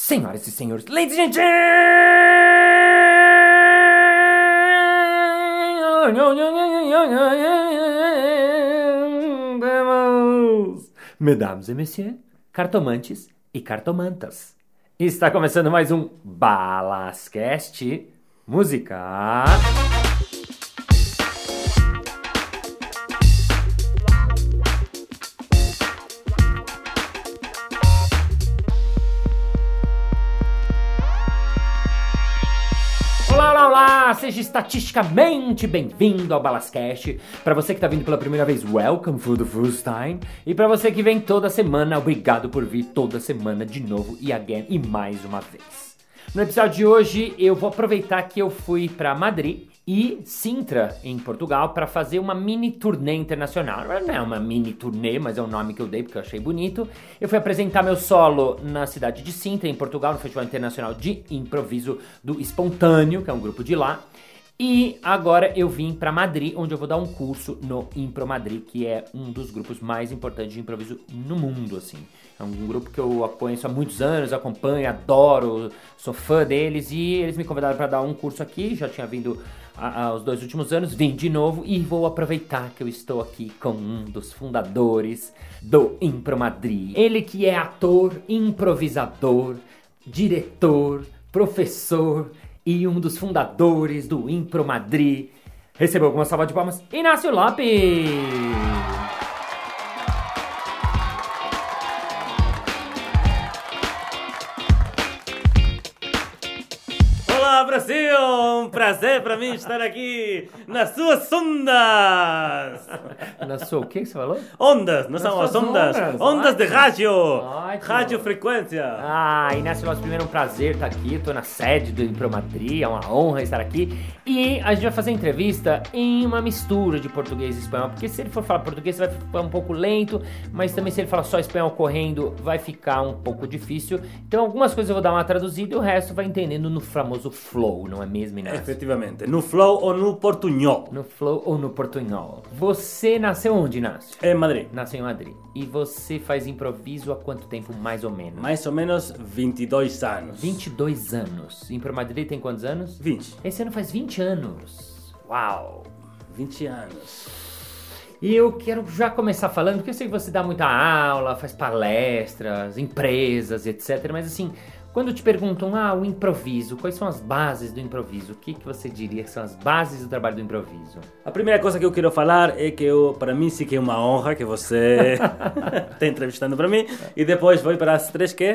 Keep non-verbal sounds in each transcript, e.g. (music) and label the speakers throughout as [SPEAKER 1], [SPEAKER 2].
[SPEAKER 1] Senhoras e senhores, ladies and gentlemen, mesdames et messieurs, cartomantes e cartomantas. Está começando mais um Balascast Música. Olá, olá, olá! Seja estatisticamente bem-vindo ao Balascast. Para você que tá vindo pela primeira vez, welcome for the first time. E para você que vem toda semana, obrigado por vir toda semana de novo e again e mais uma vez. No episódio de hoje, eu vou aproveitar que eu fui para Madrid e Sintra, em Portugal, para fazer uma mini turnê internacional. Não é uma mini turnê, mas é o nome que eu dei porque eu achei bonito. Eu fui apresentar meu solo na cidade de Sintra, em Portugal, no Festival Internacional de Improviso do Espontâneo, que é um grupo de lá. E agora eu vim para Madrid, onde eu vou dar um curso no Impro Madrid, que é um dos grupos mais importantes de improviso no mundo, assim. É um grupo que eu conheço há muitos anos, acompanho, adoro, sou fã deles e eles me convidaram para dar um curso aqui, já tinha vindo a- aos dois últimos anos, vim de novo e vou aproveitar que eu estou aqui com um dos fundadores do Impro Madrid. Ele que é ator, improvisador, diretor, professor e um dos fundadores do Impro Madrid. Recebeu alguma salva de palmas? Inácio Lopes!
[SPEAKER 2] Olá, Brasil! Um prazer pra mim estar aqui nas suas ondas!
[SPEAKER 1] Nasceu o que você falou?
[SPEAKER 2] Ondas, não são
[SPEAKER 1] Nas
[SPEAKER 2] as
[SPEAKER 1] suas
[SPEAKER 2] ondas,
[SPEAKER 1] ondas,
[SPEAKER 2] ondas de
[SPEAKER 1] ótimo.
[SPEAKER 2] rádio!
[SPEAKER 1] Ótimo.
[SPEAKER 2] Radiofrequência!
[SPEAKER 1] Ah, Inácio Lopes, primeiro é um prazer estar aqui. Estou na sede do Impro Madrid, é uma honra estar aqui. E a gente vai fazer a entrevista em uma mistura de português e espanhol, porque se ele for falar português, vai ficar um pouco lento, mas também se ele falar só espanhol correndo, vai ficar um pouco difícil. Então, algumas coisas eu vou dar uma traduzida e o resto vai entendendo no famoso flow, não é mesmo, Inácio?
[SPEAKER 2] Efetivamente, no flow ou no portunhol?
[SPEAKER 1] No flow ou no portunhol. Você nasceu onde, Inácio?
[SPEAKER 2] Em Madrid.
[SPEAKER 1] Nasceu em Madrid. E você faz improviso há quanto tempo, mais ou menos?
[SPEAKER 2] Mais ou menos 22 anos.
[SPEAKER 1] 22 anos. Impro Madrid tem quantos anos?
[SPEAKER 2] 20.
[SPEAKER 1] Esse ano faz 20 anos. Uau!
[SPEAKER 2] 20 anos.
[SPEAKER 1] E eu quero já começar falando, porque eu sei que você dá muita aula, faz palestras, empresas, etc. Mas assim, quando te perguntam, ah, o improviso, quais são as bases do improviso? O que, que você diria que são as bases do trabalho do improviso?
[SPEAKER 2] A primeira coisa que eu quero falar é que eu, para mim sim que é uma honra
[SPEAKER 1] (laughs)
[SPEAKER 2] que você está entrevistando para mim. E depois vou para as três que?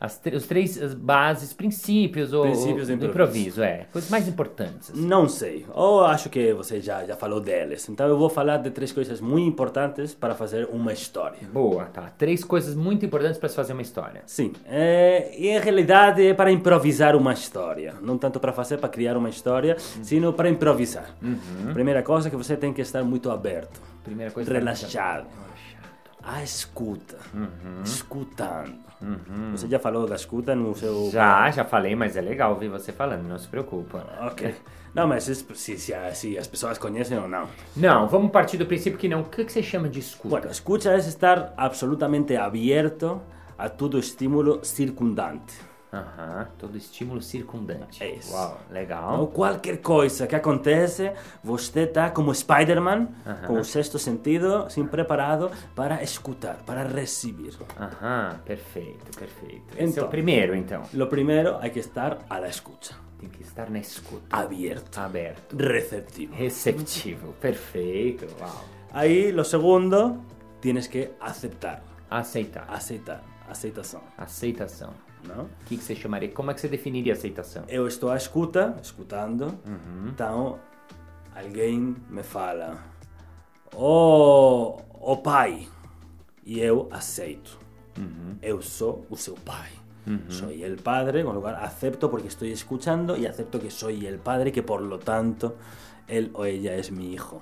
[SPEAKER 1] As tre- os três as bases, princípios, ou,
[SPEAKER 2] Princípios
[SPEAKER 1] ou-
[SPEAKER 2] do
[SPEAKER 1] do improviso, é. Coisas mais importantes. assim.
[SPEAKER 2] Não sei. Ou acho que você já, já falou deles. Então eu vou falar de três coisas muito importantes para fazer uma história.
[SPEAKER 1] Boa, tá. Três coisas muito importantes para se fazer uma história.
[SPEAKER 2] Sim. É, e em realidade é para improvisar uma história. Não tanto para fazer, para criar uma história, sino para improvisar. Primeira coisa é que você tem que estar muito aberto,
[SPEAKER 1] Primeira coisa. é
[SPEAKER 2] relaxado. A escuta.
[SPEAKER 1] Uhum,
[SPEAKER 2] Escutando. Você já falou da escuta no seu.
[SPEAKER 1] Hum. Já, já falei, mas é legal ouvir você falando, não se preocupa.
[SPEAKER 2] Ok. Não, mas isso- se, se, se as pessoas conhecem ou não.
[SPEAKER 1] Não, vamos partir do princípio que não. O que, que você chama de escuta?
[SPEAKER 2] Bueno, escucha es estar absolutamente abierto a todo estímulo circundante.
[SPEAKER 1] Aham, todo estímulo circundante.
[SPEAKER 2] É isso.
[SPEAKER 1] Uau, legal.
[SPEAKER 2] Então, qualquer coisa que acontece, você está como Spider-Man, com o sexto sentido, assim, preparado para escutar, para receber.
[SPEAKER 1] Aham, perfeito, perfeito. Esse é
[SPEAKER 2] Então.
[SPEAKER 1] o primeiro, então.
[SPEAKER 2] Lo primero, hay que estar a la escucha,
[SPEAKER 1] Tem que estar na escuta.
[SPEAKER 2] abierto,
[SPEAKER 1] Aberto.
[SPEAKER 2] receptivo.
[SPEAKER 1] Receptivo. Perfeito, uau.
[SPEAKER 2] Ahí, lo segundo, tienes que aceptar,
[SPEAKER 1] Aceitar.
[SPEAKER 2] aceitar, aceitação,
[SPEAKER 1] Aceitação.
[SPEAKER 2] não?
[SPEAKER 1] O que, que você chamaria? Como é que você definiria aceitação?
[SPEAKER 2] Eu estou à escuta, escutando. Então, alguém me fala: Ô oh, pai! E eu aceito. Eu sou o seu pai. Sou el padre, con lo cual acepto porque estoy escuchando y acepto que soy el padre, que por lo tanto él o ella es mi hijo,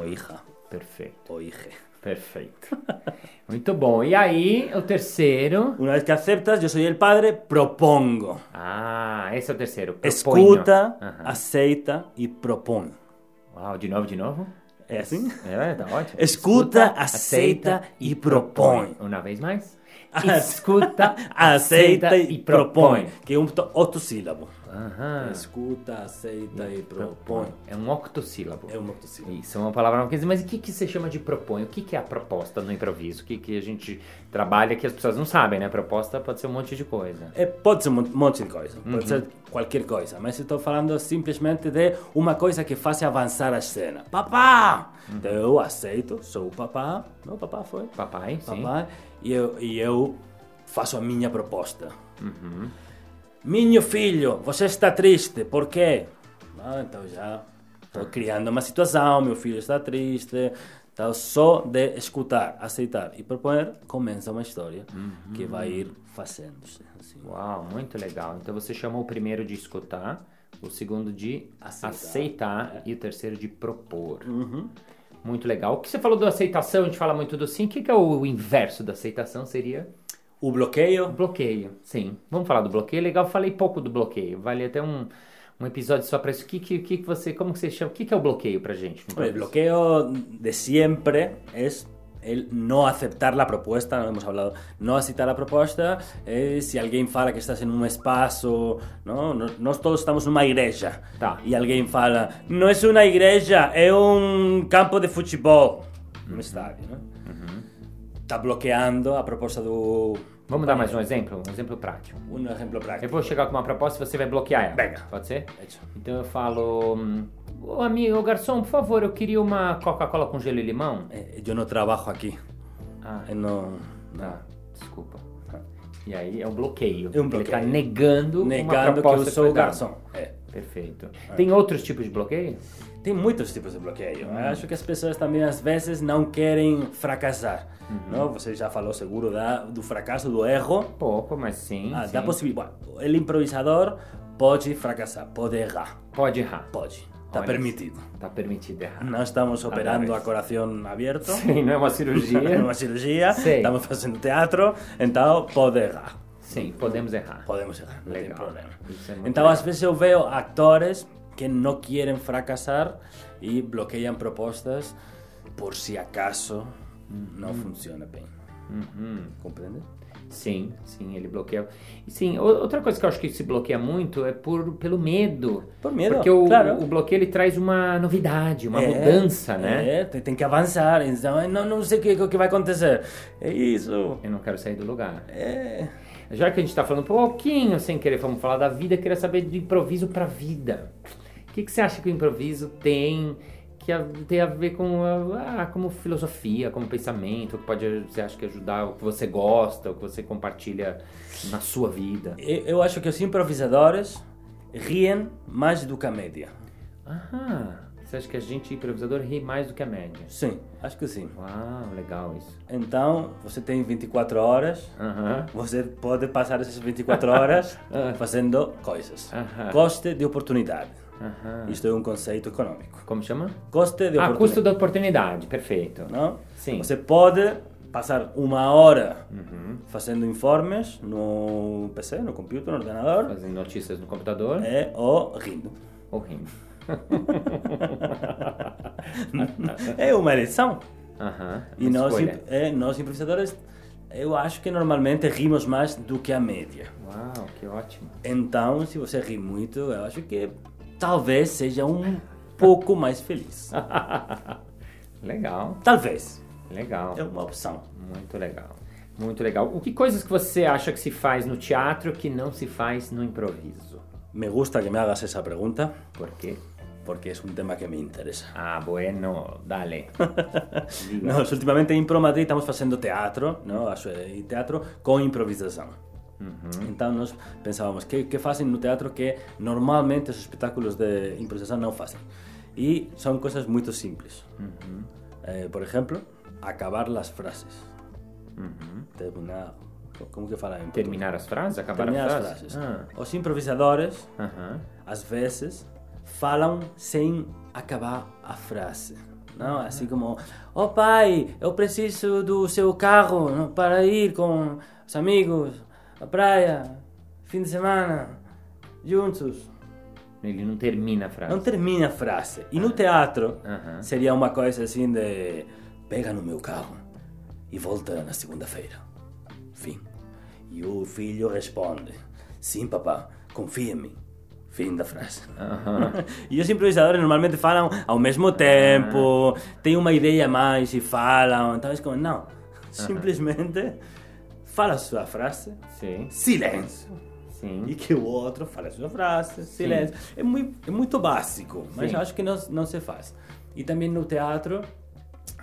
[SPEAKER 2] o hija,
[SPEAKER 1] Perfeito,
[SPEAKER 2] o hije.
[SPEAKER 1] perfeito.
[SPEAKER 2] (laughs)
[SPEAKER 1] Muito bom. E aí, o terceiro.
[SPEAKER 2] Una vez que aceptas, yo soy el padre, propongo.
[SPEAKER 1] Ah, esse é o terceiro. Proponho.
[SPEAKER 2] Escuta,
[SPEAKER 1] Aham.
[SPEAKER 2] aceita y propone.
[SPEAKER 1] Uau, de novo, de novo?
[SPEAKER 2] ¿Es así?
[SPEAKER 1] É, tá ótimo.
[SPEAKER 2] Escuta, aceita e propõe. (laughs)
[SPEAKER 1] Uma vez mais. escuta,
[SPEAKER 2] aceita e propõe. Ah. Que é um to- otossílabo.
[SPEAKER 1] Aham.
[SPEAKER 2] Escuta, aceita e propõe.
[SPEAKER 1] É um octossílabo.
[SPEAKER 2] É um otossílabo.
[SPEAKER 1] Isso é uma palavra marquesa, mas o que, que você chama de propõe? O que, que é a proposta no improviso? O que, que a gente trabalha que as pessoas não sabem, né? Proposta pode ser um monte de coisa.
[SPEAKER 2] É, pode ser um mon- monte de coisa, pode ser qualquer coisa, mas estou falando simplesmente de uma coisa que faz avançar a cena. Papá! Então eu aceito, sou o papá. Meu papá foi.
[SPEAKER 1] Papai, sim.
[SPEAKER 2] Papai, e eu, e eu faço a minha proposta.
[SPEAKER 1] Uhum.
[SPEAKER 2] Minho filho, você está triste, por quê? Ah, então já estou criando uma situação, meu filho está triste. Então, só de escutar, aceitar e propor, começa uma história que vai ir fazendo-se. assim.
[SPEAKER 1] Uau, muito legal. Então você chamou o primeiro de escutar, o segundo de aceitar,
[SPEAKER 2] Aceitar.
[SPEAKER 1] e o terceiro de propor.
[SPEAKER 2] Uhum.
[SPEAKER 1] Muito legal. O que você falou do aceitação, a gente fala muito do sim. O que, que é o inverso da aceitação? Seria
[SPEAKER 2] O bloqueio,
[SPEAKER 1] bloqueio. Sim. Vamos falar do bloqueio. Legal, falei pouco do bloqueio. Vale até um, um episódio só pra isso. O que, que, que que você. Como que você chama? O que, que é o bloqueio pra gente?
[SPEAKER 2] el bloqueo de siempre es el no aceptar la propuesta, no hemos hablado, no aceptar la propuesta, eh, si alguien fala que estás en un espacio, ¿no? No- Nos todos estamos en una iglesia
[SPEAKER 1] Tá.
[SPEAKER 2] y alguien fala, no es una iglesia, es un campo de fútbol,
[SPEAKER 1] Mm.
[SPEAKER 2] un estadio, ¿no?
[SPEAKER 1] Uhum.
[SPEAKER 2] Está bloqueando a propósito de
[SPEAKER 1] Vamos dar mais um exemplo? Um exemplo prático.
[SPEAKER 2] un ejemplo
[SPEAKER 1] Eu
[SPEAKER 2] práctico.
[SPEAKER 1] vou chegar com uma proposta e você vai bloquear ela.
[SPEAKER 2] Venga.
[SPEAKER 1] Pode ser?
[SPEAKER 2] Hecho.
[SPEAKER 1] Então eu falo, hum, ô amigo, ô garçom, por favor, eu queria uma Coca-Cola com gelo e limão.
[SPEAKER 2] Eh, yo no trabajo aquí,
[SPEAKER 1] Ah,
[SPEAKER 2] eh, no, no.
[SPEAKER 1] tá, desculpa. E aí é um bloqueio.
[SPEAKER 2] É um
[SPEAKER 1] Ele
[SPEAKER 2] bloqueio.
[SPEAKER 1] tá negando, uma
[SPEAKER 2] negando que
[SPEAKER 1] proposta
[SPEAKER 2] eu sou
[SPEAKER 1] foi
[SPEAKER 2] o
[SPEAKER 1] dada.
[SPEAKER 2] garçom. É.
[SPEAKER 1] Perfeito. Tem outros tipos de bloqueio?
[SPEAKER 2] Tem muitos tipos de bloqueio.
[SPEAKER 1] Uhum.
[SPEAKER 2] Eu acho que as pessoas também, às vezes, não querem fracassar.
[SPEAKER 1] Uhum.
[SPEAKER 2] Não? Você já falou seguro da, do fracasso, do erro,
[SPEAKER 1] Pouco, mas sim.
[SPEAKER 2] ah,
[SPEAKER 1] sim.
[SPEAKER 2] da possibilidade. O improvisador pode fracassar, pode errar,
[SPEAKER 1] Pode errar.
[SPEAKER 2] pode. Está
[SPEAKER 1] Olha.
[SPEAKER 2] permitido.
[SPEAKER 1] Tá permitido errar.
[SPEAKER 2] Não estamos operando
[SPEAKER 1] vez.
[SPEAKER 2] a coração aberto,
[SPEAKER 1] Sim, não é uma
[SPEAKER 2] é (laughs)
[SPEAKER 1] cirurgia.
[SPEAKER 2] uma cirurgia,
[SPEAKER 1] Sei.
[SPEAKER 2] estamos fazendo teatro, então pode errar.
[SPEAKER 1] Sim, podemos errar.
[SPEAKER 2] Podemos errar, não
[SPEAKER 1] Legal.
[SPEAKER 2] tem problema.
[SPEAKER 1] Isso é muito
[SPEAKER 2] então, às vezes eu vejo atores que não querem fracassar e bloqueiam propostas por se acaso não funciona bem.
[SPEAKER 1] Uhum.
[SPEAKER 2] Compreende?
[SPEAKER 1] Sim, sim, ele bloqueia. E Sim, o- outra coisa que eu acho que se bloqueia muito é por, pelo medo.
[SPEAKER 2] Por medo,
[SPEAKER 1] Porque o,
[SPEAKER 2] claro.
[SPEAKER 1] o bloqueio ele traz uma novidade, uma
[SPEAKER 2] É,
[SPEAKER 1] mudança, né?
[SPEAKER 2] É, tem tem que avançar. Então, eu não, não sei o que, o que vai acontecer. É isso.
[SPEAKER 1] Eu não quero sair do lugar.
[SPEAKER 2] É.
[SPEAKER 1] Já que a gente tá falando um pouquinho sem querer, vamos falar da vida, eu queria saber do improviso pra vida. O que, que você acha que o improviso tem que a- tem a ver com a- ah, como filosofia, como pensamento, que pode você acha que ajudar o que você gosta, o que você compartilha na sua vida?
[SPEAKER 2] Eu, eu Eh, acho que os improvisadores riem mais do que a média.
[SPEAKER 1] Ah, você acha que a gente improvisador ri mais do que a média?
[SPEAKER 2] Sim, acho que sim.
[SPEAKER 1] Uau, legal isso.
[SPEAKER 2] Então, você tem 24 horas.
[SPEAKER 1] Aham.
[SPEAKER 2] Você pode passar essas
[SPEAKER 1] (laughs)
[SPEAKER 2] 24 horas
[SPEAKER 1] Ah.
[SPEAKER 2] fazendo coisas.
[SPEAKER 1] Aham.
[SPEAKER 2] Coste de oportunidade.
[SPEAKER 1] Aham.
[SPEAKER 2] Isto é um conceito econômico.
[SPEAKER 1] Como chama?
[SPEAKER 2] Coste de
[SPEAKER 1] Ah, custo
[SPEAKER 2] oportunidade.
[SPEAKER 1] da oportunidade, perfeito.
[SPEAKER 2] Não?
[SPEAKER 1] Sim.
[SPEAKER 2] Você pode passar uma hora
[SPEAKER 1] Uhum.
[SPEAKER 2] fazendo informes no PC, no computador, no ordenador,
[SPEAKER 1] Fazendo notícias no computador
[SPEAKER 2] é, ou rindo.
[SPEAKER 1] ou rindo.
[SPEAKER 2] (laughs) é uma eleição.
[SPEAKER 1] Aham.
[SPEAKER 2] E
[SPEAKER 1] uma
[SPEAKER 2] nós,
[SPEAKER 1] escolha.
[SPEAKER 2] imp- é, nós improvisadores, eu acho que normalmente rimos mais do que a média.
[SPEAKER 1] Uau, que ótimo.
[SPEAKER 2] Então, se você ri muito, eu acho que talvez seja um pouco mais feliz. Ah,
[SPEAKER 1] legal,
[SPEAKER 2] Talvez.
[SPEAKER 1] legal.
[SPEAKER 2] É uma opção.
[SPEAKER 1] Muito legal. Muito legal. O que coisas que você acha que se faz no teatro que não se faz no improviso?
[SPEAKER 2] Me gusta que me hagas esa pregunta
[SPEAKER 1] Por quê?
[SPEAKER 2] porque es un tema que me interesa.
[SPEAKER 1] Ah, bueno, dale.
[SPEAKER 2] Nós, ultimamente, em Pro Madrid, estamos fazendo teatro, não? Acho é teatro com improvisação. Então, nós pensávamos que, que fazem no teatro que normalmente os espetáculos de improvisação não fazem. E são coisas muito simples. Eh, por exemplo, acabar as frases. Terminar. Como que fala em português?
[SPEAKER 1] Terminar as frases? Acabar
[SPEAKER 2] Tá Terminar
[SPEAKER 1] as
[SPEAKER 2] as
[SPEAKER 1] frases?
[SPEAKER 2] frases. Os improvisadores
[SPEAKER 1] Ah, aham.
[SPEAKER 2] às vezes, falam sem acabar a frase. Não, assim como, oh pai, eu preciso do seu carro não, para ir com os amigos à praia, fim de semana, juntos.
[SPEAKER 1] Ele não termina a frase.
[SPEAKER 2] Não termina a frase. E no teatro,
[SPEAKER 1] Aham.
[SPEAKER 2] seria uma coisa assim de, pega no meu carro e volta na segunda-feira. Fim. E o filho responde: Sim, papá, confia em mim. Fim da frase. (laughs) e os improvisadores normalmente falam ao mesmo tempo, têm uma ideia a mais e falam. Então é como, não. Simplesmente fala a sua frase,
[SPEAKER 1] Sim.
[SPEAKER 2] silêncio.
[SPEAKER 1] Sim.
[SPEAKER 2] E que o outro fala a sua frase, silêncio. É muito, é muito básico, mas
[SPEAKER 1] Sim.
[SPEAKER 2] acho que não, não se faz. E também no teatro,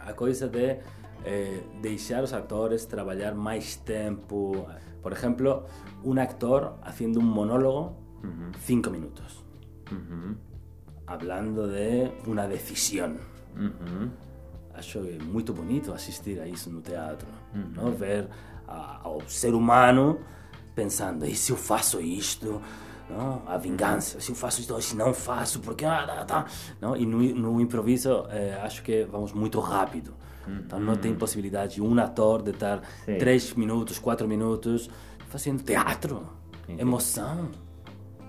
[SPEAKER 2] a coisa de eh, deixar os atores trabalhar mais tempo. Por exemplo, um actor fazendo um monólogo, cinco minutos.
[SPEAKER 1] Uhum,
[SPEAKER 2] Hablando de uma decisão.
[SPEAKER 1] uhum.
[SPEAKER 2] Acho que é muito bonito assistir a isso no teatro, né? não? ver a- ao ser humano pensando, e se eu faço isto? Não? A vingança, se eu faço isto, se não faço, porque... Ah, tá, tá. Não? E no, no improviso, eh, acho que vamos muito rápido. Então não tem possibilidade de um ator de estar
[SPEAKER 1] Sim.
[SPEAKER 2] três minutos, quatro minutos fazendo teatro, emoção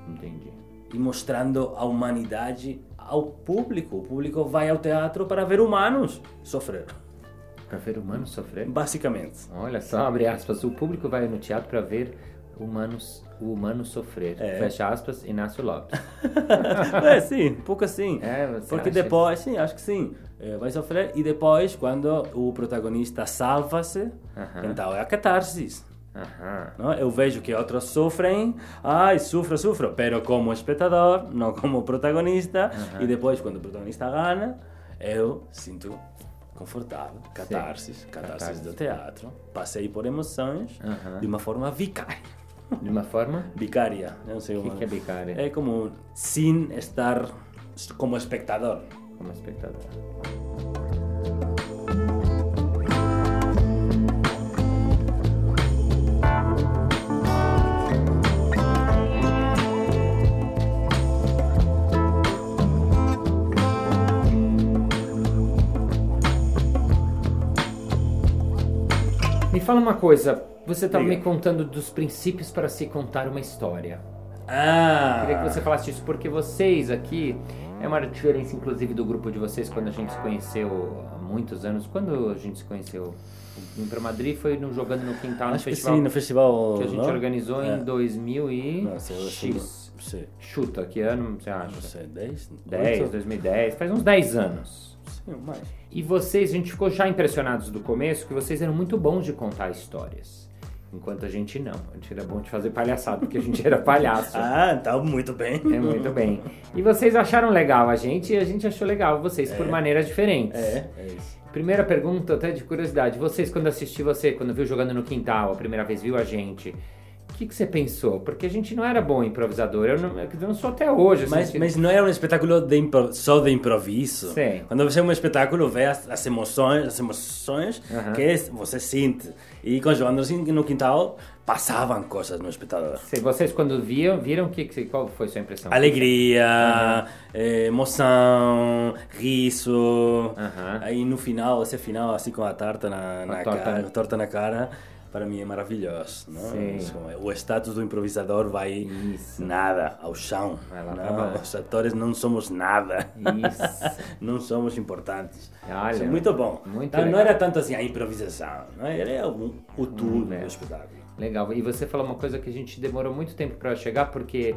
[SPEAKER 1] Entendi.
[SPEAKER 2] e mostrando a humanidade ao público. O público vai ao teatro para ver humanos sofrer,
[SPEAKER 1] Para ver humanos sofrer? (laughs)
[SPEAKER 2] basicamente.
[SPEAKER 1] Olha só, abre aspas. O público vai no teatro para ver humanos, o humano sofrer. Fecha aspas, Inácio
[SPEAKER 2] (laughs)
[SPEAKER 1] Lopes.
[SPEAKER 2] é, sim, pouco assim.
[SPEAKER 1] É, você
[SPEAKER 2] Porque
[SPEAKER 1] acha?
[SPEAKER 2] depois, sim, acho que sim, é, vai sofrer. E depois, quando o protagonista salva-se, então é a catarsis.
[SPEAKER 1] Aham.
[SPEAKER 2] não? é? Eu vejo que outros sofrem, ai, sofro, sofro, pero como espectador, não como protagonista. E depois, quando o protagonista ganha, eu sinto confortável, catarsis, catarsis,
[SPEAKER 1] Catarse.
[SPEAKER 2] do teatro. Passei por emoções
[SPEAKER 1] Aham.
[SPEAKER 2] de uma forma vicária.
[SPEAKER 1] De uma forma.
[SPEAKER 2] Vicária, eu não sei
[SPEAKER 1] O que, que é bicária?
[SPEAKER 2] É como sem estar como espectador.
[SPEAKER 1] como espectador. Me fala uma coisa, você estava
[SPEAKER 2] Diga.
[SPEAKER 1] me contando dos princípios para se contar uma história.
[SPEAKER 2] Ah!
[SPEAKER 1] Queria que você falasse isso, porque vocês aqui. É uma diferença, inclusive, do grupo de vocês quando a gente se conheceu há muitos anos. Quando a gente se conheceu em Pra Madrid foi no Jogando no Quintal, no
[SPEAKER 2] Acho que
[SPEAKER 1] festival
[SPEAKER 2] sim, no festival.
[SPEAKER 1] que a gente
[SPEAKER 2] não?
[SPEAKER 1] organizou
[SPEAKER 2] É.
[SPEAKER 1] em 2000 e...
[SPEAKER 2] Nossa, eu acho que
[SPEAKER 1] X.
[SPEAKER 2] não sei,
[SPEAKER 1] Chuta, que ano você acha?
[SPEAKER 2] não sei, 10?
[SPEAKER 1] 10, 2010, faz uns 10 anos.
[SPEAKER 2] Sim, mais.
[SPEAKER 1] E vocês, a gente ficou já impressionados do começo que vocês eram muito bons de contar histórias. Enquanto a gente não. A gente era bom de fazer palhaçada, porque a gente era palhaço. né?
[SPEAKER 2] Ah, tá muito bem.
[SPEAKER 1] É, muito bem. E vocês acharam legal a gente e a gente achou legal vocês por maneiras diferentes.
[SPEAKER 2] É, é isso.
[SPEAKER 1] Primeira pergunta, até de curiosidade. Vocês, quando assisti você, quando viu jogando no quintal, a primeira vez viu a gente, o que, que você pensou? Porque a gente não era bom improvisador. Eu não, eu não sou até hoje. assim,
[SPEAKER 2] Mas,
[SPEAKER 1] que-
[SPEAKER 2] mas não era um espetáculo de impro- só de improviso.
[SPEAKER 1] Sim.
[SPEAKER 2] Quando você é um espetáculo, vê as, as emoções, as emoções
[SPEAKER 1] Aham.
[SPEAKER 2] que você sente. E com João no quintal, passavam coisas no espectador.
[SPEAKER 1] Se Vocês, quando viam, viram que, que- qual foi sua impressão?
[SPEAKER 2] Alegria, eh, emoção, riso.
[SPEAKER 1] Aham.
[SPEAKER 2] Aí no final, esse final, assim com a torta na, na
[SPEAKER 1] torta.
[SPEAKER 2] cara, torta na cara, para mim é maravilhoso. Não? É
[SPEAKER 1] Sim.
[SPEAKER 2] Isso, O status do improvisador vai
[SPEAKER 1] Isso.
[SPEAKER 2] nada ao chão.
[SPEAKER 1] Vai lá
[SPEAKER 2] não?
[SPEAKER 1] pra baixo.
[SPEAKER 2] Os atores não somos nada.
[SPEAKER 1] Isso.
[SPEAKER 2] (laughs) não somos importantes.
[SPEAKER 1] Olha,
[SPEAKER 2] Isso é muito bom.
[SPEAKER 1] muito
[SPEAKER 2] então, não
[SPEAKER 1] legal.
[SPEAKER 2] era tanto assim a improvisação, não? era o, o tudo
[SPEAKER 1] né?
[SPEAKER 2] do espetáculo.
[SPEAKER 1] Legal. E você falou uma coisa que a gente demorou muito tempo pra chegar, porque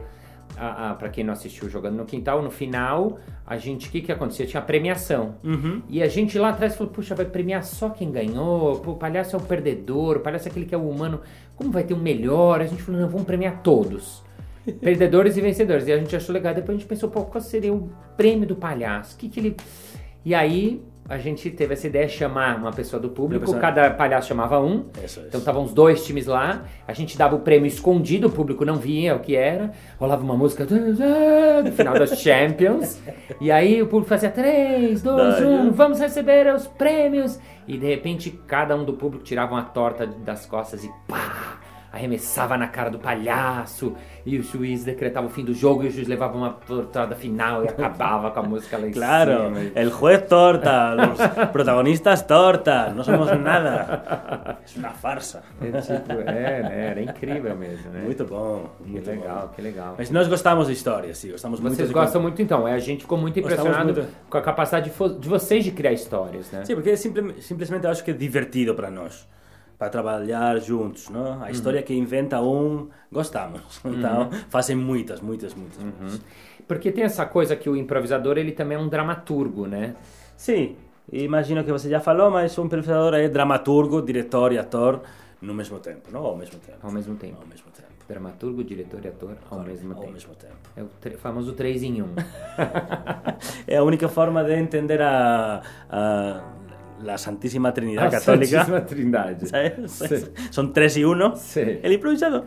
[SPEAKER 1] a, a, para quem não assistiu jogando no quintal, no final, a gente, o que que acontecia? Tinha premiação.
[SPEAKER 2] Uhum.
[SPEAKER 1] E a gente lá atrás falou, puxa, vai premiar só quem ganhou, Pô, o palhaço é o perdedor, o palhaço é aquele que é o humano, como vai ter o melhor? A gente falou, não, vamos premiar todos. Perdedores e vencedores. E a gente achou legal. Depois a gente pensou, pô, qual seria o prêmio do palhaço? O que que ele... E aí, a gente teve essa ideia de chamar uma pessoa do público,
[SPEAKER 2] pessoa-
[SPEAKER 1] cada palhaço chamava um,
[SPEAKER 2] Isso, isso.
[SPEAKER 1] então estavam os dois times lá, a gente dava o prêmio escondido, o público não via o que era, rolava uma música no final
[SPEAKER 2] (laughs)
[SPEAKER 1] das Champions, e aí o público fazia 3, 2,
[SPEAKER 2] Dai,
[SPEAKER 1] 1,
[SPEAKER 2] né?
[SPEAKER 1] vamos receber os prêmios! E de repente cada um do público tirava uma torta das costas e pá! Arremessava na cara do palhaço, e o juiz decretava o fim do jogo, e o juiz levava uma tortada final e acabava com a música lá em
[SPEAKER 2] Claro,
[SPEAKER 1] cima.
[SPEAKER 2] el juez torta, los (laughs) protagonistas torta, no somos nada. Es una farsa.
[SPEAKER 1] É, tipo, é, né? Era incrível mesmo, né?
[SPEAKER 2] Muito bom,
[SPEAKER 1] que
[SPEAKER 2] muito
[SPEAKER 1] legal,
[SPEAKER 2] bom.
[SPEAKER 1] que legal.
[SPEAKER 2] Mas nós gostamos de histórias, sim, gostamos muito
[SPEAKER 1] Vocês
[SPEAKER 2] de
[SPEAKER 1] gostam muito então, é, a gente ficou muito
[SPEAKER 2] Gostamos
[SPEAKER 1] impressionado
[SPEAKER 2] muito.
[SPEAKER 1] com a capacidade de, fo- de vocês de criar histórias, né?
[SPEAKER 2] Sim, porque simple- simplesmente eu acho que é divertido para nós. para trabalhar juntos, não? A história que inventa um, gostamos. Então, fazem muitas, muitas, muitas. muitas.
[SPEAKER 1] Porque tem essa coisa que o improvisador, ele também é um dramaturgo, né?
[SPEAKER 2] Sim, imagino que você já falou, mas um improvisador é dramaturgo, diretor e ator no mesmo tempo, não? Ao mesmo tempo.
[SPEAKER 1] Ao mesmo tempo.
[SPEAKER 2] Ao mesmo tempo.
[SPEAKER 1] Dramaturgo, diretor e ator ao mesmo
[SPEAKER 2] Ao
[SPEAKER 1] tempo.
[SPEAKER 2] mesmo tempo.
[SPEAKER 1] É o tre- famoso 3 em 1.
[SPEAKER 2] (laughs) É a única forma de entender a, a, a Santíssima Trinidade Católica. (laughs)
[SPEAKER 1] Trindade.
[SPEAKER 2] ¿sabes?
[SPEAKER 1] Sí.
[SPEAKER 2] (laughs) Son 3 y 1.
[SPEAKER 1] Sí. (laughs)
[SPEAKER 2] El improvisador.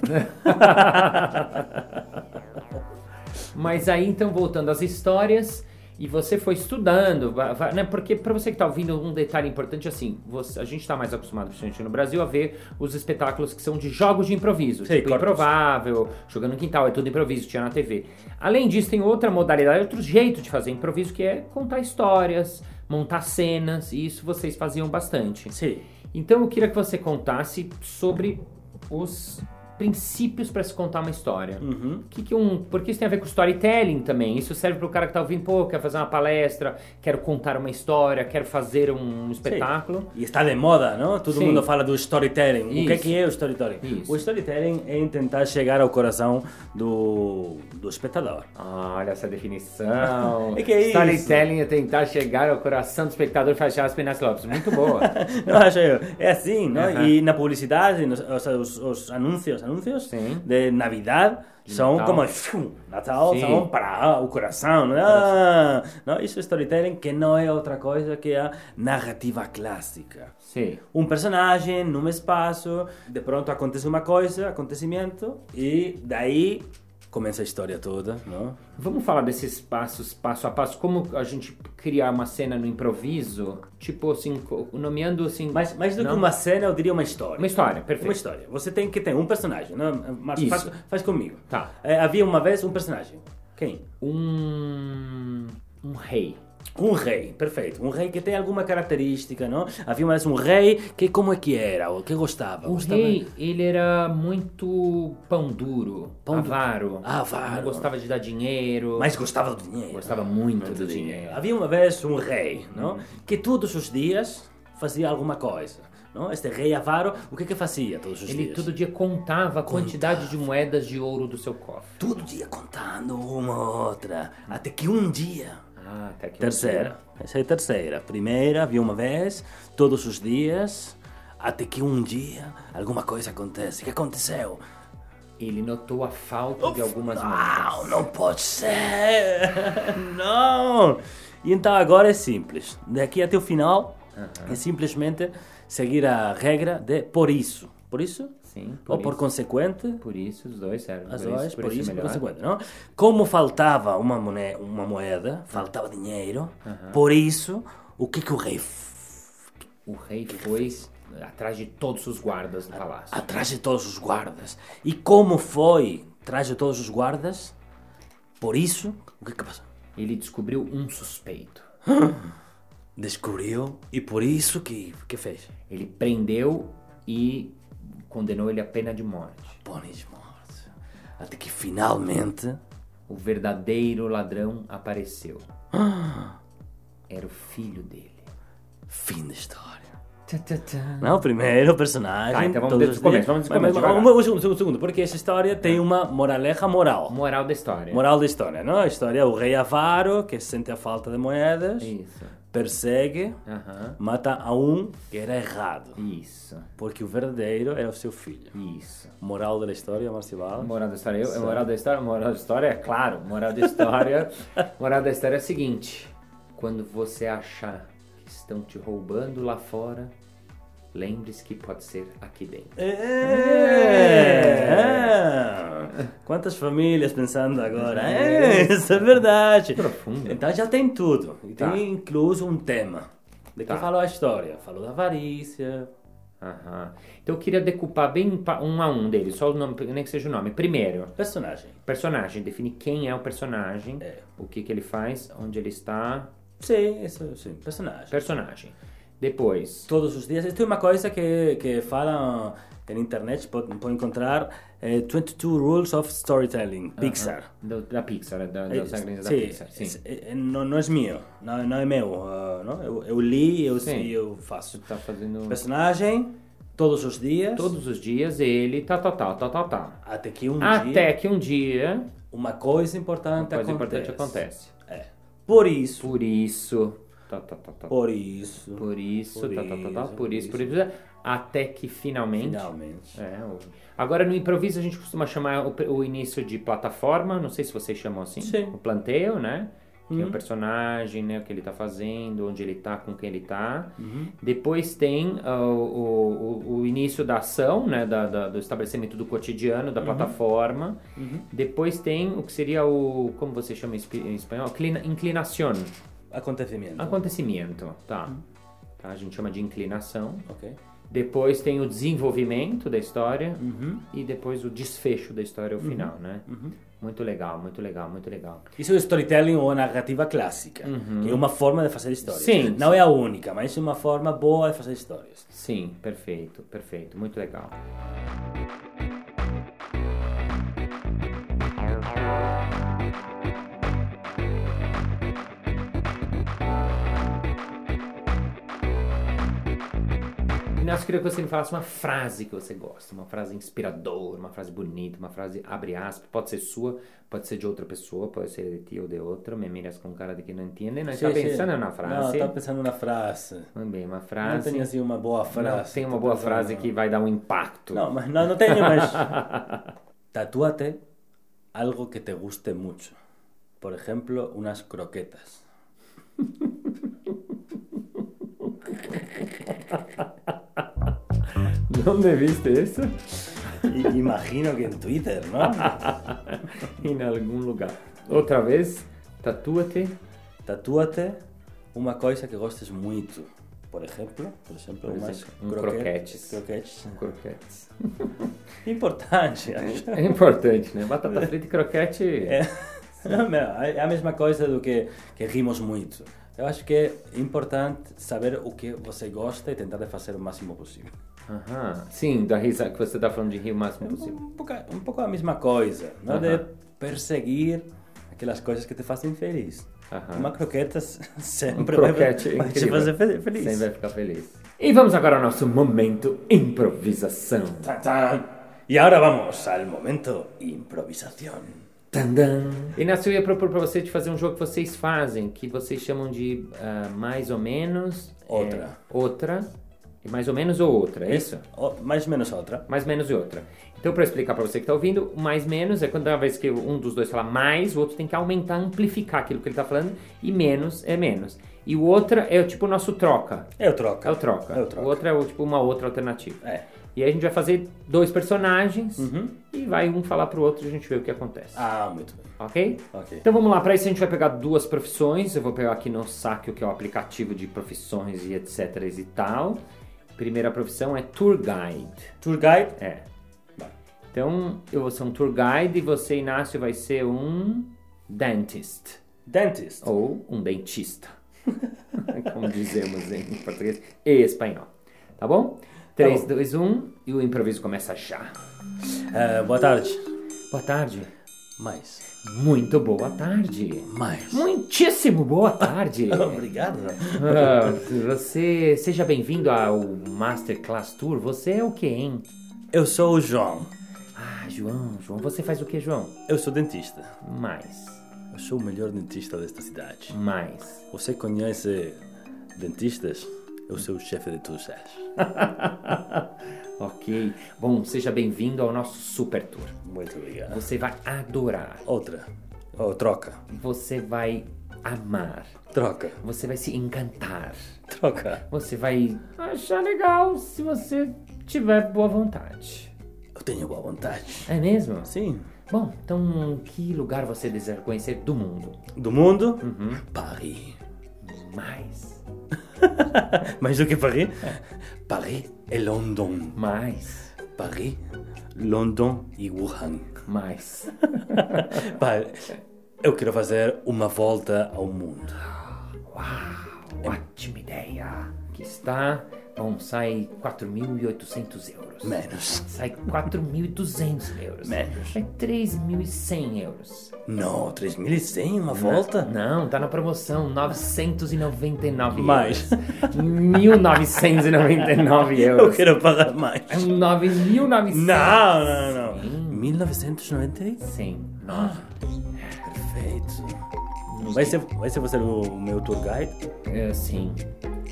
[SPEAKER 1] Mas aí, então, voltando às histórias, e você foi estudando, va- va- né? Porque pra você que tá ouvindo, um detalhe importante assim, você- a gente tá mais acostumado, principalmente no Brasil, a ver os espetáculos que são de jogos de improviso,
[SPEAKER 2] Sim,
[SPEAKER 1] tipo
[SPEAKER 2] corpos.
[SPEAKER 1] Improvável, Jogando no Quintal, é tudo improviso, tinha na TV. Além disso, tem outra modalidade, outro jeito de fazer improviso, que é contar histórias, montar cenas, e isso vocês faziam bastante.
[SPEAKER 2] (laughs) Sí.
[SPEAKER 1] Então eu queria que você contasse sobre os princípios pra se contar uma história.
[SPEAKER 2] Ujú.
[SPEAKER 1] O Que que um, porque isso tem a ver com storytelling também. Isso serve pro cara que tá ouvindo, pô, quer fazer uma palestra, quero contar uma história, quero fazer um espetáculo.
[SPEAKER 2] E está de moda, não? Todo
[SPEAKER 1] Sim.
[SPEAKER 2] mundo fala do storytelling. O que é,
[SPEAKER 1] Isso.
[SPEAKER 2] que é o storytelling?
[SPEAKER 1] Isso.
[SPEAKER 2] O storytelling é tentar chegar ao coração do, do espectador.
[SPEAKER 1] Ah, Olha essa definição.
[SPEAKER 2] É (laughs) que é isso.
[SPEAKER 1] storytelling é tentar chegar ao coração do espectador e fechar as penas Lopes. Muito boa.
[SPEAKER 2] (laughs) Não, acho eu. É assim, não?
[SPEAKER 1] Aham.
[SPEAKER 2] E na publicidade, nos, os, os, os anúncios, anúncios
[SPEAKER 1] Sim.
[SPEAKER 2] de Navidad são
[SPEAKER 1] Natal.
[SPEAKER 2] como fiu, Natal,
[SPEAKER 1] Sim.
[SPEAKER 2] são para o coração, não? Ah, não? Isso é storytelling que não é outra coisa que a narrativa clássica.
[SPEAKER 1] Sim.
[SPEAKER 2] um personagem num espaço, de pronto acontece uma coisa, acontecimento, e daí começa a história toda, não?
[SPEAKER 1] Vamos falar desses passos, passo a passo, como a gente criar uma cena no improviso, tipo assim, co- nomeando assim.
[SPEAKER 2] Mas mais do
[SPEAKER 1] não?
[SPEAKER 2] que uma cena, eu diria uma história.
[SPEAKER 1] Uma história, perfeito.
[SPEAKER 2] Uma história. Você tem que ter um personagem, não? Marcos,
[SPEAKER 1] Isso.
[SPEAKER 2] faz, faz comigo.
[SPEAKER 1] Tá.
[SPEAKER 2] É, havia uma vez um personagem. Quem?
[SPEAKER 1] Um. Um rei.
[SPEAKER 2] Um rei, perfeito. Um rei que tem alguma característica, não? Havia uma vez um rei que como é que era, ou que gostava.
[SPEAKER 1] O
[SPEAKER 2] gostava...
[SPEAKER 1] Um rei, ele era muito pão duro,
[SPEAKER 2] Pão duro.
[SPEAKER 1] avaro.
[SPEAKER 2] Ah, avaro.
[SPEAKER 1] Não gostava de dar dinheiro.
[SPEAKER 2] Mas gostava do dinheiro.
[SPEAKER 1] gostava muito do
[SPEAKER 2] do dinheiro.
[SPEAKER 1] dinheiro.
[SPEAKER 2] Havia uma vez um rei, não? Que todos os dias fazia alguma coisa, não? Este rei avaro, o que que fazia todos os
[SPEAKER 1] Ele
[SPEAKER 2] dias?
[SPEAKER 1] todo dia contava a quantidade de moedas de ouro do seu cofre.
[SPEAKER 2] Todo dia contando uma outra, até que um dia...
[SPEAKER 1] Ah, até que
[SPEAKER 2] Terceira, essa é a terceira. Primeira, havia uma vez, todos os dias, até que um dia alguma coisa acontece. O que aconteceu?
[SPEAKER 1] Ele notou a falta de algumas
[SPEAKER 2] Não,
[SPEAKER 1] moedas.
[SPEAKER 2] Ah, não pode ser! (laughs) Não! E então agora é simples. Daqui até o final é simplesmente seguir a regra de por isso. Por isso?
[SPEAKER 1] Sim, por
[SPEAKER 2] Ou por
[SPEAKER 1] isso.
[SPEAKER 2] consequente?
[SPEAKER 1] Por isso, os dois servem.
[SPEAKER 2] As horas, por isso,
[SPEAKER 1] é
[SPEAKER 2] por
[SPEAKER 1] melhor.
[SPEAKER 2] consequente, não? Como faltava uma moeda, uma moeda faltava dinheiro, por isso, o que que o rei
[SPEAKER 1] O rei foi atrás de todos os guardas do palácio.
[SPEAKER 2] atrás de todos os guardas. E como foi atrás de todos os guardas? Por isso, o que que passou?
[SPEAKER 1] Ele descobriu um suspeito.
[SPEAKER 2] Descobriu e por isso que que fez?
[SPEAKER 1] Ele prendeu e condenou ele à pena de morte.
[SPEAKER 2] Pôneis mortos. Até que finalmente
[SPEAKER 1] O verdadeiro ladrão apareceu. Era o filho dele.
[SPEAKER 2] fim da história.
[SPEAKER 1] Tã-tã-tã.
[SPEAKER 2] Não, primeiro personagem.
[SPEAKER 1] Tá, então vamos
[SPEAKER 2] todos
[SPEAKER 1] desde
[SPEAKER 2] os
[SPEAKER 1] o começo,
[SPEAKER 2] dias.
[SPEAKER 1] vamos desde o
[SPEAKER 2] Mas-
[SPEAKER 1] começo,
[SPEAKER 2] mas-
[SPEAKER 1] devagar.
[SPEAKER 2] um- um segundo, um segundo, porque essa história tem uma moraleja moral.
[SPEAKER 1] Moral da história.
[SPEAKER 2] Moral da história, não? A história é o rei avaro que sente a falta de moedas,
[SPEAKER 1] Isso.
[SPEAKER 2] persegue,
[SPEAKER 1] Aham.
[SPEAKER 2] mata a um que era errado,
[SPEAKER 1] Isso.
[SPEAKER 2] porque o verdadeiro era o seu filho.
[SPEAKER 1] Isso.
[SPEAKER 2] Moral da história, Marcival.
[SPEAKER 1] Moral da história. Eu, moral da história, moral da história, é claro. Moral da história. moral da história é o seguinte: quando você achar que estão te roubando lá fora, lembre-se que pode ser aqui dentro.
[SPEAKER 2] É. Quantas famílias pensando agora? É, isso é verdade.
[SPEAKER 1] Profundo.
[SPEAKER 2] Então já tem tudo. E tem
[SPEAKER 1] Tá.
[SPEAKER 2] incluso um tema. De que
[SPEAKER 1] Tá.
[SPEAKER 2] falou a história? Falou da avarícia.
[SPEAKER 1] Aham. Então eu queria decupar bem pa- um a um deles, só o nome, nem que seja o nome. Primeiro,
[SPEAKER 2] Personagem.
[SPEAKER 1] personagem, define quem é o personagem,
[SPEAKER 2] É.
[SPEAKER 1] o que, que ele faz, onde ele está.
[SPEAKER 2] Sim, isso, sim. Personagem.
[SPEAKER 1] Personagem. Depois,
[SPEAKER 2] Todos os dias. Isto é uma coisa que, que falam na internet, pode, pode encontrar. eh, 22 Rules of Storytelling, Pixar.
[SPEAKER 1] do- da Pixar, né, da, da, das regras da
[SPEAKER 2] É Sim,
[SPEAKER 1] Pixar. Sim.
[SPEAKER 2] Eh, es- é- é- não, não é meu, não, não é meu. ah, não? Eu, eu li eu,
[SPEAKER 1] Sim.
[SPEAKER 2] e eu faço.
[SPEAKER 1] Tá fazendo.
[SPEAKER 2] Personagem, todos os dias,
[SPEAKER 1] Todos os dias ele tá, tá, tá, tá, tá, tá.
[SPEAKER 2] até que um
[SPEAKER 1] Até
[SPEAKER 2] dia
[SPEAKER 1] que um dia,
[SPEAKER 2] uma coisa importante
[SPEAKER 1] coisa
[SPEAKER 2] acontece.
[SPEAKER 1] importante acontece.
[SPEAKER 2] É. Por isso,
[SPEAKER 1] Por isso, tá, tá, tá, tá.
[SPEAKER 2] por isso,
[SPEAKER 1] Por isso,
[SPEAKER 2] Por
[SPEAKER 1] tá, tá, tá, tá,
[SPEAKER 2] isso,
[SPEAKER 1] por isso, por
[SPEAKER 2] por
[SPEAKER 1] isso, até que finalmente.
[SPEAKER 2] finalmente.
[SPEAKER 1] É, o- Agora no improviso a gente costuma chamar o, o início de plataforma, não sei se vocês chamam assim,
[SPEAKER 2] Sim.
[SPEAKER 1] o planteio, né? Que é o
[SPEAKER 2] Uhum.
[SPEAKER 1] personagem, né? O que ele tá fazendo, onde ele tá, com quem ele tá.
[SPEAKER 2] Uhum.
[SPEAKER 1] Depois tem ah, o, o- o- o início da ação, né? da- da- do estabelecimento do cotidiano, da plataforma.
[SPEAKER 2] Uhum.
[SPEAKER 1] Depois tem o que seria o. Como você chama em espi- em espanhol? Clina- Inclinación.
[SPEAKER 2] Uhum. Acontecimento.
[SPEAKER 1] Acontecimento, tá.
[SPEAKER 2] Uhum.
[SPEAKER 1] Tá, A gente chama de inclinação.
[SPEAKER 2] Ok.
[SPEAKER 1] Depois tem o desenvolvimento da história
[SPEAKER 2] Uhum.
[SPEAKER 1] e depois o desfecho da história, o final, né?
[SPEAKER 2] Uhum.
[SPEAKER 1] Muito legal, muito legal, muito legal.
[SPEAKER 2] Isso é storytelling ou narrativa clássica,
[SPEAKER 1] Uhum.
[SPEAKER 2] que é uma forma de fazer histórias.
[SPEAKER 1] Sim.
[SPEAKER 2] Não é a única, mas é uma forma boa de fazer histórias.
[SPEAKER 1] Sim, perfeito, perfeito, muito legal. Inácio, eu queria que você me falasse uma frase que você gosta, uma frase inspiradora, uma frase bonita, uma frase abre aspas, pode ser sua, pode ser de outra pessoa, pode ser de ti ou de outra, me miras com cara de que não entende, não está
[SPEAKER 2] Sim, sim.
[SPEAKER 1] tá pensando na
[SPEAKER 2] Não,
[SPEAKER 1] frase.
[SPEAKER 2] tá pensando na frase.
[SPEAKER 1] Também, uma
[SPEAKER 2] Não
[SPEAKER 1] frase.
[SPEAKER 2] tenho assim uma boa frase.
[SPEAKER 1] Não, tem uma
[SPEAKER 2] Tô
[SPEAKER 1] boa
[SPEAKER 2] pensando
[SPEAKER 1] frase
[SPEAKER 2] na-
[SPEAKER 1] que vai dar um impacto. (laughs)
[SPEAKER 2] No, mas- no, no tengo más. Tatúate algo que te guste mucho. Por ejemplo, unas croquetas.
[SPEAKER 1] ¿Dónde viste (laughs) eso?
[SPEAKER 2] I- imagino que en Twitter, ¿no?
[SPEAKER 1] en algún lugar. Otra vez, tatúate.
[SPEAKER 2] Tatúate una cosa que gostes mucho. Por ejemplo, por ejemplo,
[SPEAKER 1] Por
[SPEAKER 2] unas
[SPEAKER 1] exemplo, um croquetes.
[SPEAKER 2] croquetes. Croquetes.
[SPEAKER 1] Croquetes. (laughs)
[SPEAKER 2] Importante, acho.
[SPEAKER 1] É importante, né? Batata frita e croquete.
[SPEAKER 2] É. (laughs) Não, meu, é a mesma coisa do que, que rimos muito. Eu acho que é importante saber o que você gosta e tentar fazer o máximo possível.
[SPEAKER 1] Aham. Sim, da risa que você tá falando de rir o máximo
[SPEAKER 2] (laughs)
[SPEAKER 1] possível.
[SPEAKER 2] Um pouco, um pouco a mesma coisa, não de
[SPEAKER 1] Aham.
[SPEAKER 2] perseguir aquelas coisas que te fazem feliz.
[SPEAKER 1] Aham.
[SPEAKER 2] Uma croqueta s-
[SPEAKER 1] Um
[SPEAKER 2] sempre vai-
[SPEAKER 1] croquete
[SPEAKER 2] vai te
[SPEAKER 1] incrível.
[SPEAKER 2] fazer fe- feliz.
[SPEAKER 1] Sempre vai ficar feliz. E vamos agora ao nosso momento improvisação.
[SPEAKER 2] Tan, tan. E agora vamos ao momento improvisação.
[SPEAKER 1] Tandam. Inácio, eu ia propor pra você de fazer um jogo que vocês fazem, que vocês chamam de ah, mais ou menos. é,
[SPEAKER 2] Outra.
[SPEAKER 1] outra. E mais ou menos ou outra, é isso?
[SPEAKER 2] O- mais ou menos outra.
[SPEAKER 1] mais menos e outra. Então, pra explicar pra você que tá ouvindo, o mais menos é quando uma vez que um dos dois fala mais, o outro tem que aumentar, amplificar aquilo que ele tá falando, e menos é menos. E o outra é o tipo o nosso troca.
[SPEAKER 2] Eu troco.
[SPEAKER 1] É o troca.
[SPEAKER 2] Eu troco.
[SPEAKER 1] O outro é o, tipo uma outra alternativa.
[SPEAKER 2] É.
[SPEAKER 1] E aí a gente vai fazer dois personagens
[SPEAKER 2] Uhum.
[SPEAKER 1] e vai um falar pro outro e a gente vê o que acontece.
[SPEAKER 2] Ah, muito bem.
[SPEAKER 1] Ok?
[SPEAKER 2] Ok.
[SPEAKER 1] Então vamos lá, para isso a gente vai pegar duas profissões. Eu vou pegar aqui no Saque, que é o aplicativo de profissões e etc e tal. Primeira profissão é tour guide.
[SPEAKER 2] Tour guide.
[SPEAKER 1] É.
[SPEAKER 2] Vai.
[SPEAKER 1] Então, eu vou ser um tour guide e você, Inácio, vai ser um dentist.
[SPEAKER 2] Dentist.
[SPEAKER 1] Ou um dentista. (laughs) Como dizemos em português e espanhol. Tá bom? 3,
[SPEAKER 2] bom.
[SPEAKER 1] 2, 1 e o improviso começa já.
[SPEAKER 2] Eh, boa tarde.
[SPEAKER 1] Boa tarde.
[SPEAKER 2] Mais.
[SPEAKER 1] Muito boa tarde.
[SPEAKER 2] Mais. (laughs)
[SPEAKER 1] Muitíssimo boa tarde.
[SPEAKER 2] Obrigado.
[SPEAKER 1] Ah, você seja bem-vindo ao Masterclass Tour. Você é o que, hein?
[SPEAKER 2] Eu sou o João.
[SPEAKER 1] Ah, João, João, você faz o que, João?
[SPEAKER 2] Eu sou dentista.
[SPEAKER 1] Mais,
[SPEAKER 2] Eu sou o melhor dentista desta cidade.
[SPEAKER 1] mais. (laughs)
[SPEAKER 2] Você conhece dentistas? Eu sou o chefe de todos eles.
[SPEAKER 1] ok. Bom, seja bem-vindo ao nosso super tour.
[SPEAKER 2] Muito obrigado.
[SPEAKER 1] Você vai adorar.
[SPEAKER 2] Outra. Oh, troca.
[SPEAKER 1] Você vai amar.
[SPEAKER 2] Troca.
[SPEAKER 1] Você vai se encantar.
[SPEAKER 2] Troca.
[SPEAKER 1] Você vai achar legal se você tiver boa vontade.
[SPEAKER 2] Eu tenho boa vontade.
[SPEAKER 1] É mesmo?
[SPEAKER 2] Sim.
[SPEAKER 1] Bom, então que lugar você deseja conhecer do mundo?
[SPEAKER 2] Do mundo? Uhum. Paris.
[SPEAKER 1] Mais,
[SPEAKER 2] Mais do que Paris? Paris é London.
[SPEAKER 1] mais,
[SPEAKER 2] Paris, London e (laughs) Wuhan.
[SPEAKER 1] mais.
[SPEAKER 2] Pai, eu quero fazer uma volta ao mundo.
[SPEAKER 1] Uau, ótima ideia. Aqui está. Bom, sai 4.800 euros.
[SPEAKER 2] Menos.
[SPEAKER 1] Sai 4.200 euros.
[SPEAKER 2] Menos.
[SPEAKER 1] Sai 3.100 euros.
[SPEAKER 2] Não, 3.100 uma volta?
[SPEAKER 1] Não, tá na promoção, 999
[SPEAKER 2] Mais. (laughs)
[SPEAKER 1] euros. 1.999
[SPEAKER 2] Eu
[SPEAKER 1] euros.
[SPEAKER 2] quero pagar mais.
[SPEAKER 1] É um 9.900.
[SPEAKER 2] Não, não, não.
[SPEAKER 1] Sim.
[SPEAKER 2] 1998?
[SPEAKER 1] Sim, nossa.
[SPEAKER 2] Perfeito. Vai ser, vai ser você o meu tour guide?
[SPEAKER 1] É, sim,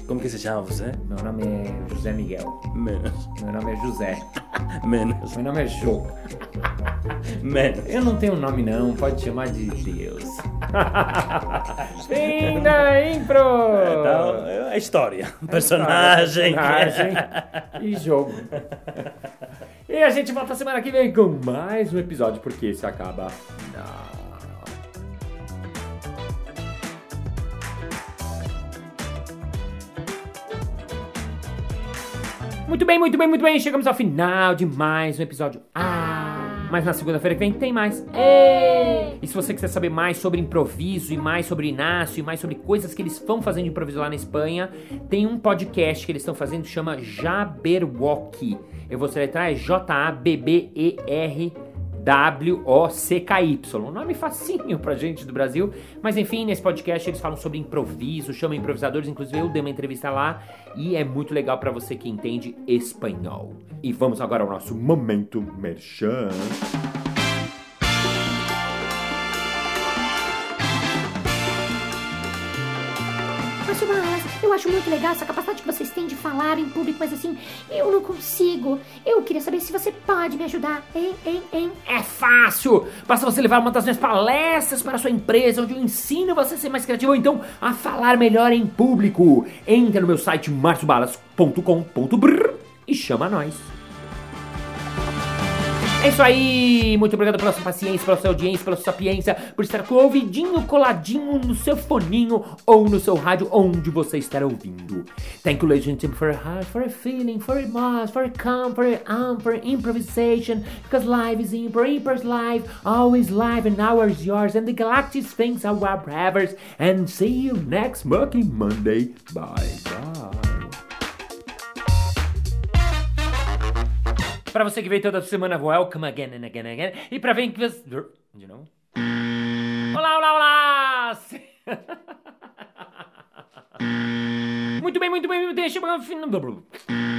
[SPEAKER 2] Como que se chama você?
[SPEAKER 1] meu nome é José Miguel.
[SPEAKER 2] Menos. (laughs)
[SPEAKER 1] Meu nome é José.
[SPEAKER 2] Menos.
[SPEAKER 1] Meu nome é Jô.
[SPEAKER 2] Menos.
[SPEAKER 1] Eu não tenho nome não, pode chamar de Deus. Fim da impro! Ah.
[SPEAKER 2] Então, é a história. Personagem. (laughs)
[SPEAKER 1] Personagem e jogo. E a gente volta semana que vem com mais um episódio, porque esse acaba. Não. Muito bem, muito bem, muito bem. Chegamos ao final de mais um episódio. Ah, mas na segunda-feira que vem tem mais. Ê! E se você quiser saber mais sobre improviso e mais sobre Inácio e mais sobre coisas que eles vão fazendo de improviso lá na Espanha, tem um podcast que eles estão fazendo que chama Jaberwock. Eu vou soletrar é J-A-B-B-E-R W-O-C-K-Y. Um nome facinho pra gente do Brasil. Mas enfim, nesse podcast eles falam sobre improviso, chamam improvisadores. Inclusive eu dei uma entrevista lá e é muito legal pra você que entende espanhol. E vamos agora ao nosso Momento Merchan.
[SPEAKER 3] Mas, mas eu acho muito legal essa capacidade que vocês têm de falar em público, mas assim, eu não consigo. Eu queria saber se você pode me ajudar. Hein, hein, hein?
[SPEAKER 1] É fácil! Basta você levar uma das minhas palestras para a sua empresa, onde eu ensino você a ser mais criativo ou então a falar melhor em público. Entra no meu site marciobalas.com.br e chama nós. É isso aí! Muito obrigado pela sua paciência, pela sua audiência, pela sua sapiência, por estar com o ouvidinho coladinho no seu foninho ou no seu rádio, onde você está ouvindo. Thank you, ladies and gentlemen, for your heart, for your feeling, for your mind, for your calm, for your arm, for your improvisation, because life is impro, impro is life, always life, and ours is yours, and the galactic things are our brothers. And see you next Mucky Monday. Bye bye. Pra você que vem toda semana, welcome again and again and again. E pra quem que você... De novo? Olá, olá, olá! (laughs) Se- Muito bem, muito bem, muito bem. Chegamos ao fim...